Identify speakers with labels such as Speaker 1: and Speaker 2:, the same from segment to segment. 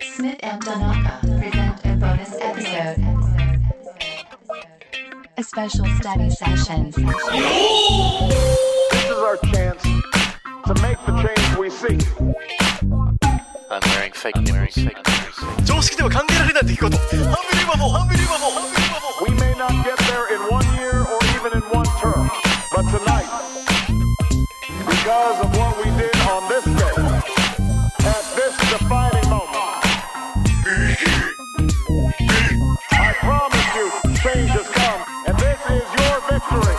Speaker 1: Smith and Donaka present a bonus episode. A special study session.
Speaker 2: This is our chance to make the change we seek.
Speaker 3: I'm wearing fake I'm wearing fake nipples.
Speaker 4: 常識では考えられない出来事ハンビリーバボーハンビリーバボーハンビリーバボー
Speaker 2: We may not get there in one year or even in one term, but tonight, because of what we did on this day, at this defining moment, I promise you, change has come, and this is your victory.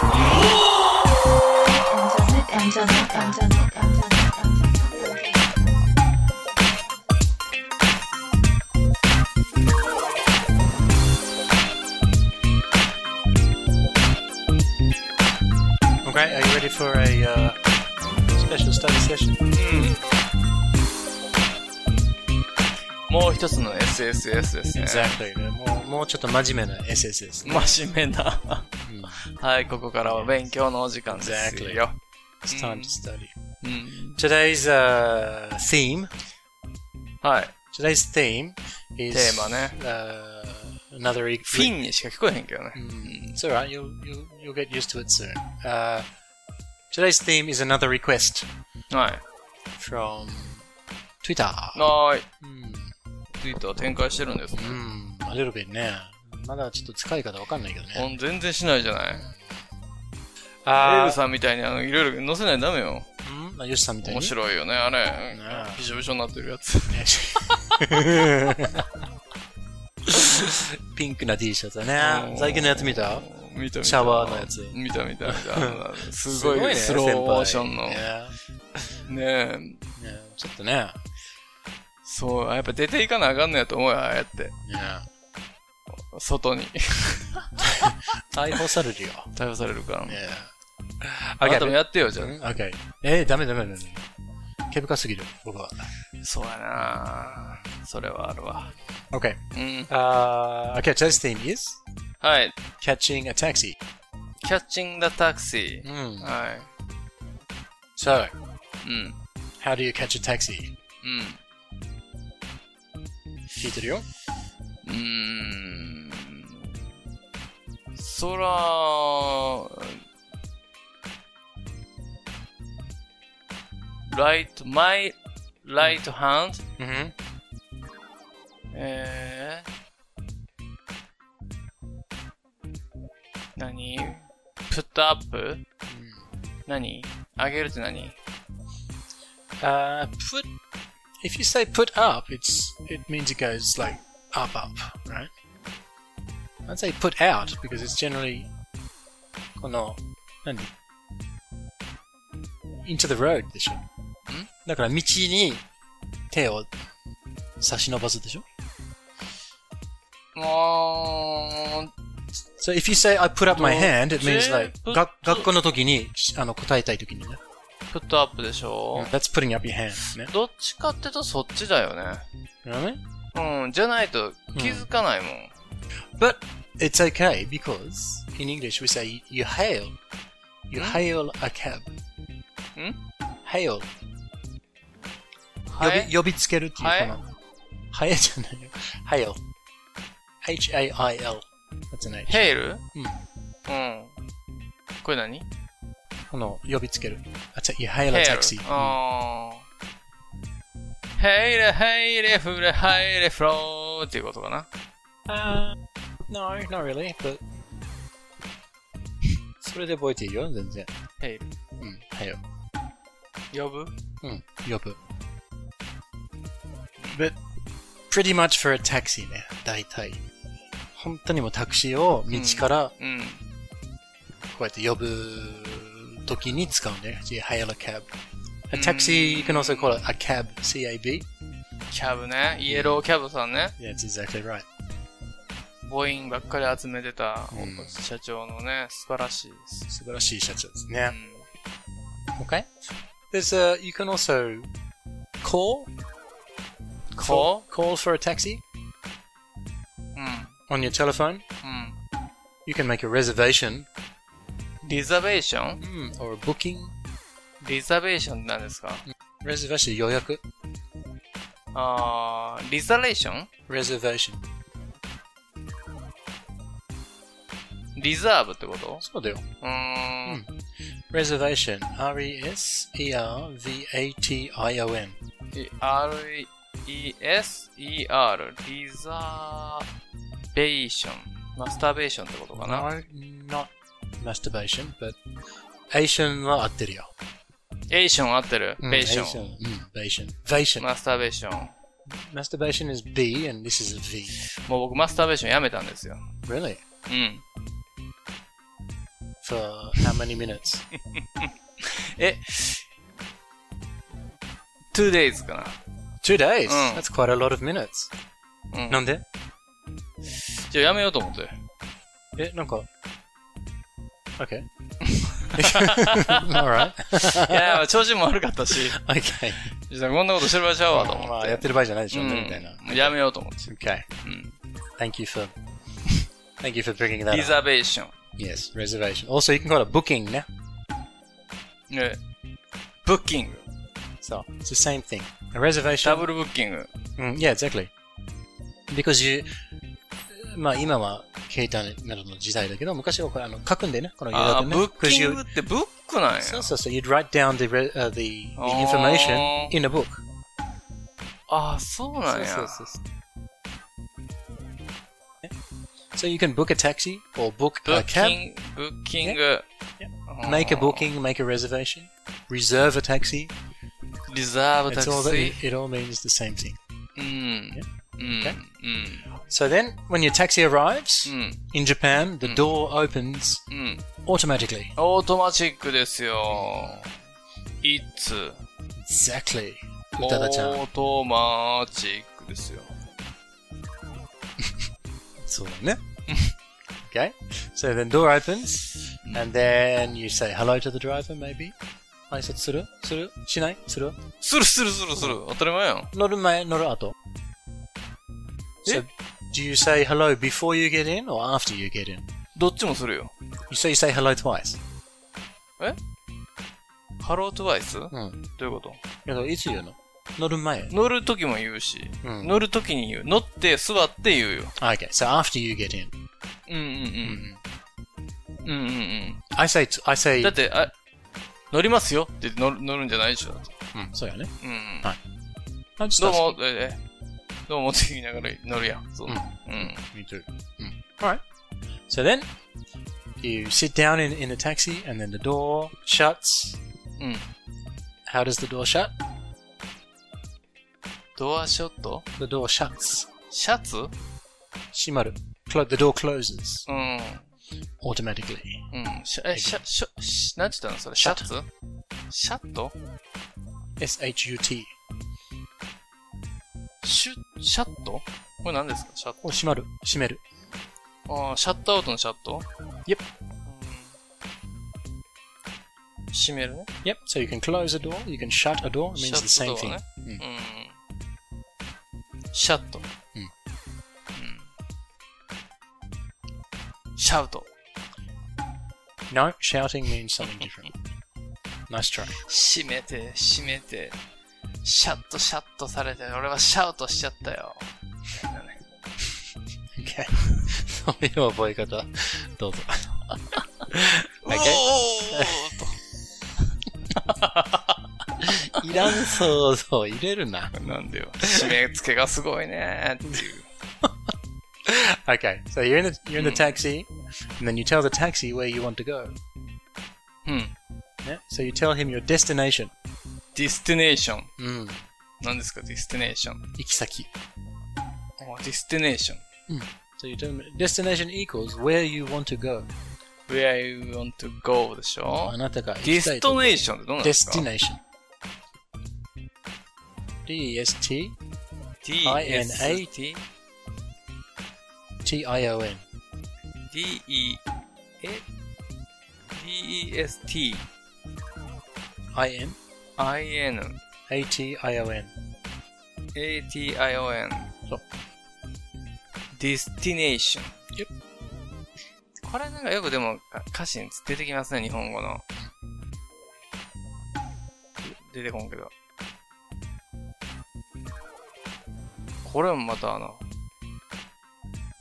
Speaker 1: Smith and Donaka.
Speaker 5: Okay, are you ready for a uh, special study session?
Speaker 3: もう一つの SSS ですね。
Speaker 5: Exactly. もう、もうちょっと真面目な SSS。
Speaker 3: 真面目な。はい、ここからは勉強のお時間ですよ。
Speaker 5: It's time to study.
Speaker 3: うん。
Speaker 5: Today's uh, theme,
Speaker 3: はい。
Speaker 5: today's theme is
Speaker 3: テーマね
Speaker 5: uh, another
Speaker 3: フィンにしか聞こえへんけどね。
Speaker 5: Mm, It's alright. You'll you'll you'll get used to it soon. Uh, today's theme is another request
Speaker 3: はい。
Speaker 5: from Twitter.
Speaker 3: はーい。
Speaker 5: Mm,
Speaker 3: ツイートは展開してるんですね。
Speaker 5: mm, a little bit ね。まだちょっと使い方わかんないけど
Speaker 3: ほ
Speaker 5: ね。
Speaker 3: ん全然しないじゃない。エール
Speaker 5: あ
Speaker 3: さんみたいにあの、いろいろ載せないとダメよ。
Speaker 5: あ、うんまあ、ヨシさんみたいに。
Speaker 3: 面白いよね、あれ
Speaker 5: あ。
Speaker 3: びしょびしょになってるやつ。
Speaker 5: ピンクな T シャツだね。最近のやつ見た
Speaker 3: 見た見た。
Speaker 5: シャワーのやつ
Speaker 3: 見た見た見た。 すごいスローモーションの。
Speaker 5: ね
Speaker 3: ねえ。
Speaker 5: ちょっとね。ね
Speaker 3: そう、やっぱ出ていかなあかんのやと思うよ、ああやって。外に
Speaker 5: 逮捕されるよ。
Speaker 3: 逮捕されるから。
Speaker 5: ね
Speaker 3: あなたもやってよ、じゃあ。
Speaker 5: うん OK。えー、ダメダメダメ。毛深すぎる、僕は。
Speaker 3: そうやなそれはあるわ。
Speaker 5: OK。
Speaker 3: うん。
Speaker 5: あー、OK、today's theme is
Speaker 3: はい。
Speaker 5: catching a taxi.
Speaker 3: キャッチング・ザ・タクシ
Speaker 5: う
Speaker 3: ー。
Speaker 5: ん。
Speaker 3: は
Speaker 5: So,
Speaker 3: い。うん。
Speaker 5: how do you catch a taxi?
Speaker 3: うん。
Speaker 5: 聞いてるよ。
Speaker 3: うーんそら、right, my right hand,
Speaker 5: うん。
Speaker 3: えー、何 put up? 何上げるって何
Speaker 5: Uh, put. If you say put up, it's it means it goes like up, up, right? I'd say put out because it's generally, or not, into the road でしょ。だから道に手を差し伸ばすでしょ。
Speaker 3: も
Speaker 5: So if you say I put up my hand, it means
Speaker 3: 手
Speaker 5: like
Speaker 3: ぶっ
Speaker 5: が学校の時にあの答えたい時にね。
Speaker 3: う、put up でしょ、
Speaker 5: That's putting up your hand ね。
Speaker 3: どっちかってとそっちだよね。
Speaker 5: Really?
Speaker 3: うん、じゃないと気づかないもん。
Speaker 5: But it's okay because in English we say you hail. You hail a cab.
Speaker 3: Hmm?
Speaker 5: Hail.
Speaker 3: は
Speaker 5: 呼
Speaker 3: い
Speaker 5: び呼びつけるっていうかな。ハ エじゃないよ。hail. H-A-I-L. That's an H.
Speaker 3: ヘール
Speaker 5: うん
Speaker 3: うん。これ何
Speaker 5: この呼びつける。That's it. You hail
Speaker 3: ヘ
Speaker 5: Oh.
Speaker 3: ー
Speaker 5: a
Speaker 3: ル。
Speaker 5: taxi. うん
Speaker 3: あーヘイレヘイレフレヘイレフローっていうことかな。
Speaker 5: Uh, no, not really, but それで覚えていいよ、全然。
Speaker 3: ヘイル。
Speaker 5: うん、hail. Hmm.
Speaker 3: 呼ぶ
Speaker 5: うん、呼ぶ。But pretty much for a taxi ね、大体。本当にもうタクシーを道から
Speaker 3: うん。
Speaker 5: こうやって呼ぶ時に使うんだよ。You hail a cab. A taxi, you can also call it a cab, C-A-B.
Speaker 3: キャブね。イエローキャブさんね。
Speaker 5: Yeah, that's exactly right.
Speaker 3: ボインばっかり集めてた
Speaker 5: うん
Speaker 3: 社長のね、素晴らしいです。
Speaker 5: 素晴らしい社長です
Speaker 3: う
Speaker 5: ね。
Speaker 3: ん
Speaker 5: Okay? There's a, you can also call.
Speaker 3: Call?
Speaker 5: Call for a taxi
Speaker 3: うん。
Speaker 5: on your
Speaker 3: う
Speaker 5: telephone.
Speaker 3: ん。
Speaker 5: You can make a reservation
Speaker 3: リザベーション
Speaker 5: or a booking.
Speaker 3: リザベーションって何ですか
Speaker 5: Reservation 予約。
Speaker 3: ああー、リザレーション
Speaker 5: reservation
Speaker 3: リザーブってこと
Speaker 5: そうだよ
Speaker 3: うーん。
Speaker 5: reservation E r-e-s-e-r-v-a-t-i-o-n
Speaker 3: R-E-S-E-R リザーベーションマスターベーションってことかな
Speaker 5: No, not masturbation but Asian は合ってるよ
Speaker 3: エーション合ってる
Speaker 5: うん
Speaker 3: ベーショ
Speaker 5: Mm. Asian
Speaker 3: ン。
Speaker 5: うん Vation Vation
Speaker 3: マスターベーション。
Speaker 5: masturbation is B and this is a V
Speaker 3: もう僕マスターベーションやめたんですよ。
Speaker 5: really
Speaker 3: うん。
Speaker 5: for how many minutes Eh,
Speaker 3: え、2 days か
Speaker 5: two days
Speaker 3: うん
Speaker 5: that's quite a lot of minutes
Speaker 3: な。うん。
Speaker 5: なんで
Speaker 3: じゃあやめようと 思って。
Speaker 5: えなんか okay alright
Speaker 3: いやいや、調子も悪かった し、
Speaker 5: okay
Speaker 3: こんなことしてる場合ちゃうわと思
Speaker 5: ま
Speaker 3: っ
Speaker 5: あ
Speaker 3: て。
Speaker 5: やってる場合じゃないでし
Speaker 3: う
Speaker 5: ょ
Speaker 3: ん
Speaker 5: うねみたいな
Speaker 3: やめようと思って。
Speaker 5: okay
Speaker 3: うん。
Speaker 5: Thank you for thank you for bringing that.
Speaker 3: リ
Speaker 5: up.
Speaker 3: ザベーション。
Speaker 5: Yes, reservation. Also, you can call it booking now.
Speaker 3: ねブッキング。
Speaker 5: So it's the same thing. A reservation.
Speaker 3: ダブルブッキング。
Speaker 5: Mm, yeah, exactly. Because you まあ今は携帯などの時代だけど、昔はこれあの書くんだよね、この予
Speaker 3: ああ、
Speaker 5: 約ね。
Speaker 3: ブッ
Speaker 5: 'Cause
Speaker 3: キン
Speaker 5: you-
Speaker 3: グってブックなんや。
Speaker 5: そうそうそう、you'd write down the, re,、uh, the, the
Speaker 3: あー
Speaker 5: information in a book.
Speaker 3: ああ、そうなんや。
Speaker 5: そうそうそう。So you can book a taxi or book
Speaker 3: ブ
Speaker 5: a
Speaker 3: ッ
Speaker 5: cab.
Speaker 3: キング、ブッキング。
Speaker 5: make a booking, make a reservation, reserve a taxi.
Speaker 3: リザーブタ
Speaker 5: It's
Speaker 3: ク
Speaker 5: all that,
Speaker 3: シ
Speaker 5: it, it all means the same thing.
Speaker 3: ー。うん。うん。
Speaker 5: Okay. So then, when your taxi arrives
Speaker 3: うん。
Speaker 5: in Japan, the door opens
Speaker 3: うん。うん。
Speaker 5: automatically.
Speaker 3: オートマチックですよ。It's
Speaker 5: Exactly.
Speaker 3: オ
Speaker 5: 歌だちゃん。
Speaker 3: ートマチックですよ。
Speaker 5: そうだね。okay. So then door opens, and then you say hello to the driver, maybe. 挨拶するするしないする乗る前
Speaker 3: す
Speaker 5: 乗る後
Speaker 3: るするするする。当たり前やん。
Speaker 5: So, do you say hello before you get in or after you get in?
Speaker 3: どっちもするよ。
Speaker 5: You say you say hello twice.
Speaker 3: ハロートゥワイスど
Speaker 5: う
Speaker 3: う
Speaker 5: ん。
Speaker 3: いうこと
Speaker 5: けど、いつ言うの乗る前。
Speaker 3: 乗るときも言うし、
Speaker 5: うん
Speaker 3: 乗るときに言う。乗って座って言うよ。
Speaker 5: Okay, so after you get in.
Speaker 3: うんうんうん。うんうん
Speaker 5: I say, t- I
Speaker 3: うん。
Speaker 5: say,
Speaker 3: だって、あ、乗りますよって言って乗る乗るんじゃないでしょ。だって
Speaker 5: うん、そうやね。
Speaker 3: うんうん。
Speaker 5: I just
Speaker 3: どう
Speaker 5: ask-
Speaker 3: も、え、えどうもって言いながら乗るやん。そう。
Speaker 5: うん
Speaker 3: うん。
Speaker 5: Me too. Mm. Alright. So then, you sit down in, in the taxi and then the door shuts.
Speaker 3: うん。
Speaker 5: How does the door shut?
Speaker 3: ドアショット
Speaker 5: The door shuts.
Speaker 3: シャツ
Speaker 5: Shimaru. Clo- the door closes
Speaker 3: うん。
Speaker 5: automatically.
Speaker 3: うん。しえ、シャ、シャ、しなんて言ったのそれ、シャツシャット
Speaker 5: S H U T.
Speaker 3: シュ、シャットこれ何ですかシャッ
Speaker 5: Or Shimaru. Shimeru.
Speaker 3: ト。あーシャットアウトのシャット
Speaker 5: Yep.
Speaker 3: うん閉めるね。
Speaker 5: Yep. So you can close a door, you can shut a door. It
Speaker 3: シ
Speaker 5: means the
Speaker 3: ャッ
Speaker 5: same
Speaker 3: トド
Speaker 5: thing.
Speaker 3: アね。うん。シャット。
Speaker 5: うん
Speaker 3: うんシャウト。
Speaker 5: No, shouting means something different. nice try.
Speaker 3: 閉めて、閉めて、シャッとシャッとされて、俺はシャウトしちゃったよ。みたいなね
Speaker 5: Okay. そういう覚え方。どうぞ。
Speaker 3: うおーおーおーっ
Speaker 5: いらん想像入れるな。
Speaker 3: と。なんでよ。締め付けがすごいねーっていう。
Speaker 5: Okay, so you're in the you're in the taxi, and then you tell the taxi where you want to go.
Speaker 3: うん。
Speaker 5: Yeah. So you tell him your destination.
Speaker 3: ディスティネーション。
Speaker 5: うん。
Speaker 3: 何ですかディスティネーション。
Speaker 5: 行き先。
Speaker 3: あディスティネーション。
Speaker 5: So you tell him destination equals where you want to go.
Speaker 3: where you want to go でしょディスト
Speaker 5: あなたが行きたいとこ。
Speaker 3: ネーションってどうなんですか
Speaker 5: destination. D E S T
Speaker 3: ?D-S-T-I-N-A-T
Speaker 5: T I O N.
Speaker 3: D-E え D-E-S-T
Speaker 5: I N
Speaker 3: I-N
Speaker 5: A T I O N.
Speaker 3: A-T-I-O-N
Speaker 5: そう
Speaker 3: ディスティネーション
Speaker 5: Yep
Speaker 3: これなんかよくでもあ歌詞に出てきますね日本語の出てこんけどこれもまたあの、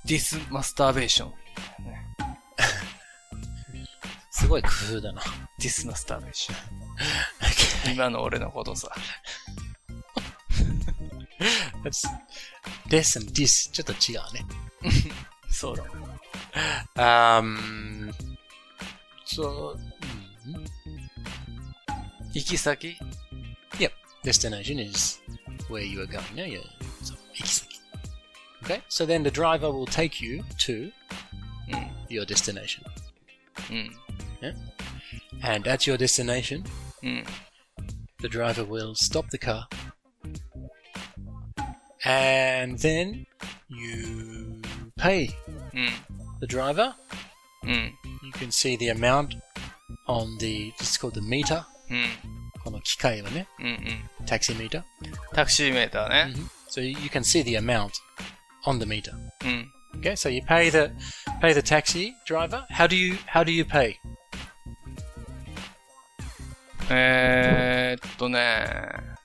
Speaker 3: ディスマスターベーション。
Speaker 5: すごい工夫だな。
Speaker 3: ディスマスターベー ション。今の俺のことさ。
Speaker 5: That's, this and this ちょっと違うね。
Speaker 3: そうだ。
Speaker 5: Um, so, mm,
Speaker 3: 行き先
Speaker 5: yep, destination is where you are going. No, yeah. So, ikisaki. okay, so then the driver will take you to your destination.
Speaker 3: うん。
Speaker 5: And at your destination,
Speaker 3: うん。
Speaker 5: the driver will stop the car. And then you pay
Speaker 3: うん。
Speaker 5: the driver.
Speaker 3: うん。
Speaker 5: You can see the amount on the, it's called the meter.
Speaker 3: うん。
Speaker 5: この機械はね、
Speaker 3: うん。うん。
Speaker 5: taxi meter.
Speaker 3: タクシーメーターね。
Speaker 5: So you you can see the amount on the meter.
Speaker 3: うん。
Speaker 5: Okay, so you pay the pay the taxi driver. How do you how do you pay?
Speaker 3: えーっとね。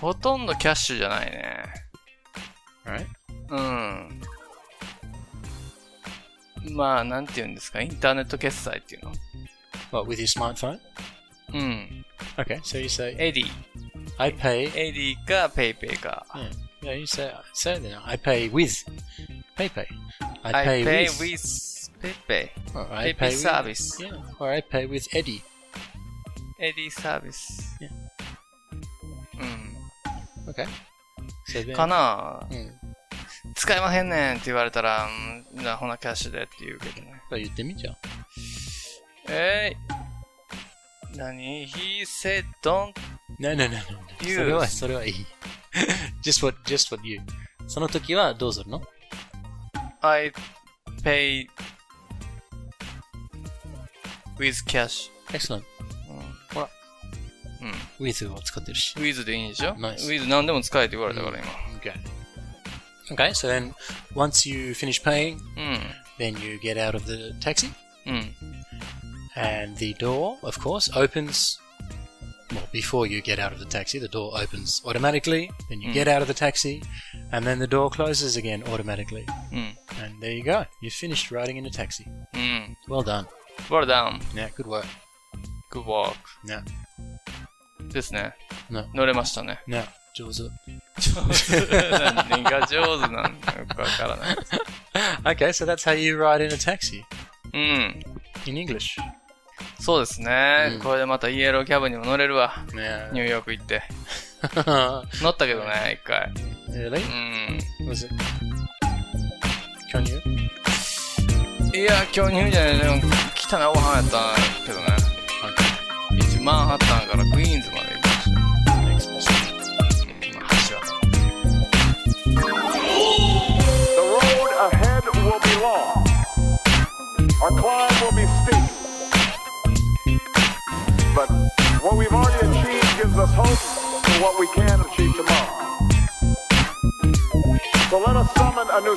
Speaker 3: ほとんどキャッシュじゃないね。
Speaker 5: All right.
Speaker 3: うん。まあ、なんて言うんですか。インターネット決済っていうの。
Speaker 5: Well, with your smartphone.
Speaker 3: うん。
Speaker 5: Okay, so you say
Speaker 3: エディ。
Speaker 5: I pay.
Speaker 3: エディか、ペイペイか。
Speaker 5: Yeah, no, you say say then I pay with PayPay. I,
Speaker 3: I pay, with,
Speaker 5: with
Speaker 3: PayPay.
Speaker 5: or I
Speaker 3: PayPay
Speaker 5: pay with-
Speaker 3: service.
Speaker 5: Yeah, or I pay with Eddie.
Speaker 3: AD サービス。
Speaker 5: Yeah.
Speaker 3: うん。
Speaker 5: Okay. So then.
Speaker 3: かな
Speaker 5: Mm.
Speaker 3: 使えまへんねんって言われたら、うん、なほなキャッシュでって言うけどね。
Speaker 5: So you did me, Joe.
Speaker 3: えい、何 ?He said don't
Speaker 5: No, no, no, no. no. それは、それはいい。just what, just what you. その時はどうするの
Speaker 3: I pay with cash.
Speaker 5: ?excellent. ほら。
Speaker 3: うん。
Speaker 5: with を使ってるし。
Speaker 3: with でいいんでしょ、
Speaker 5: Nice.
Speaker 3: ?with 何でも使えって言われたから今。
Speaker 5: Okay. Okay, so then once you finish paying, then you get out of the taxi,
Speaker 3: うん。うん。
Speaker 5: and the door, of course, opens. Well, before you get out of the taxi, the door opens automatically. Then you
Speaker 3: Mm.
Speaker 5: get out of the taxi, and then the door closes again automatically.
Speaker 3: うん。
Speaker 5: And there you go. You finished riding in a taxi.
Speaker 3: うん。
Speaker 5: Well done.
Speaker 3: Well done.
Speaker 5: Yeah, good work.
Speaker 3: Good work.
Speaker 5: Yeah.
Speaker 3: ですね。
Speaker 5: ね
Speaker 3: 乗れました ね。
Speaker 5: Now, Jawsa.
Speaker 3: 上手。何が上手なのかよくわからない。
Speaker 5: Okay, so that's how you ride in a taxi
Speaker 3: うん。
Speaker 5: in English.
Speaker 3: そうですね。
Speaker 5: うん
Speaker 3: これでまたイエローキャブにも乗れるわ。ニ
Speaker 5: Yeah.
Speaker 3: ューヨーク行って。乗ったけどね、一回。
Speaker 5: really?
Speaker 3: うん。
Speaker 5: Was it? Can you?
Speaker 3: いや、今日ニューじゃない、でも、汚いおはんやったけどね。一マンハッタンからクイーンズまで行きましたよ。うんまあ橋渡って
Speaker 2: The road ahead will be long. Our climb will be steep. But what we've already achieved gives us hope for what we can achieve tomorrow. So let us summon a new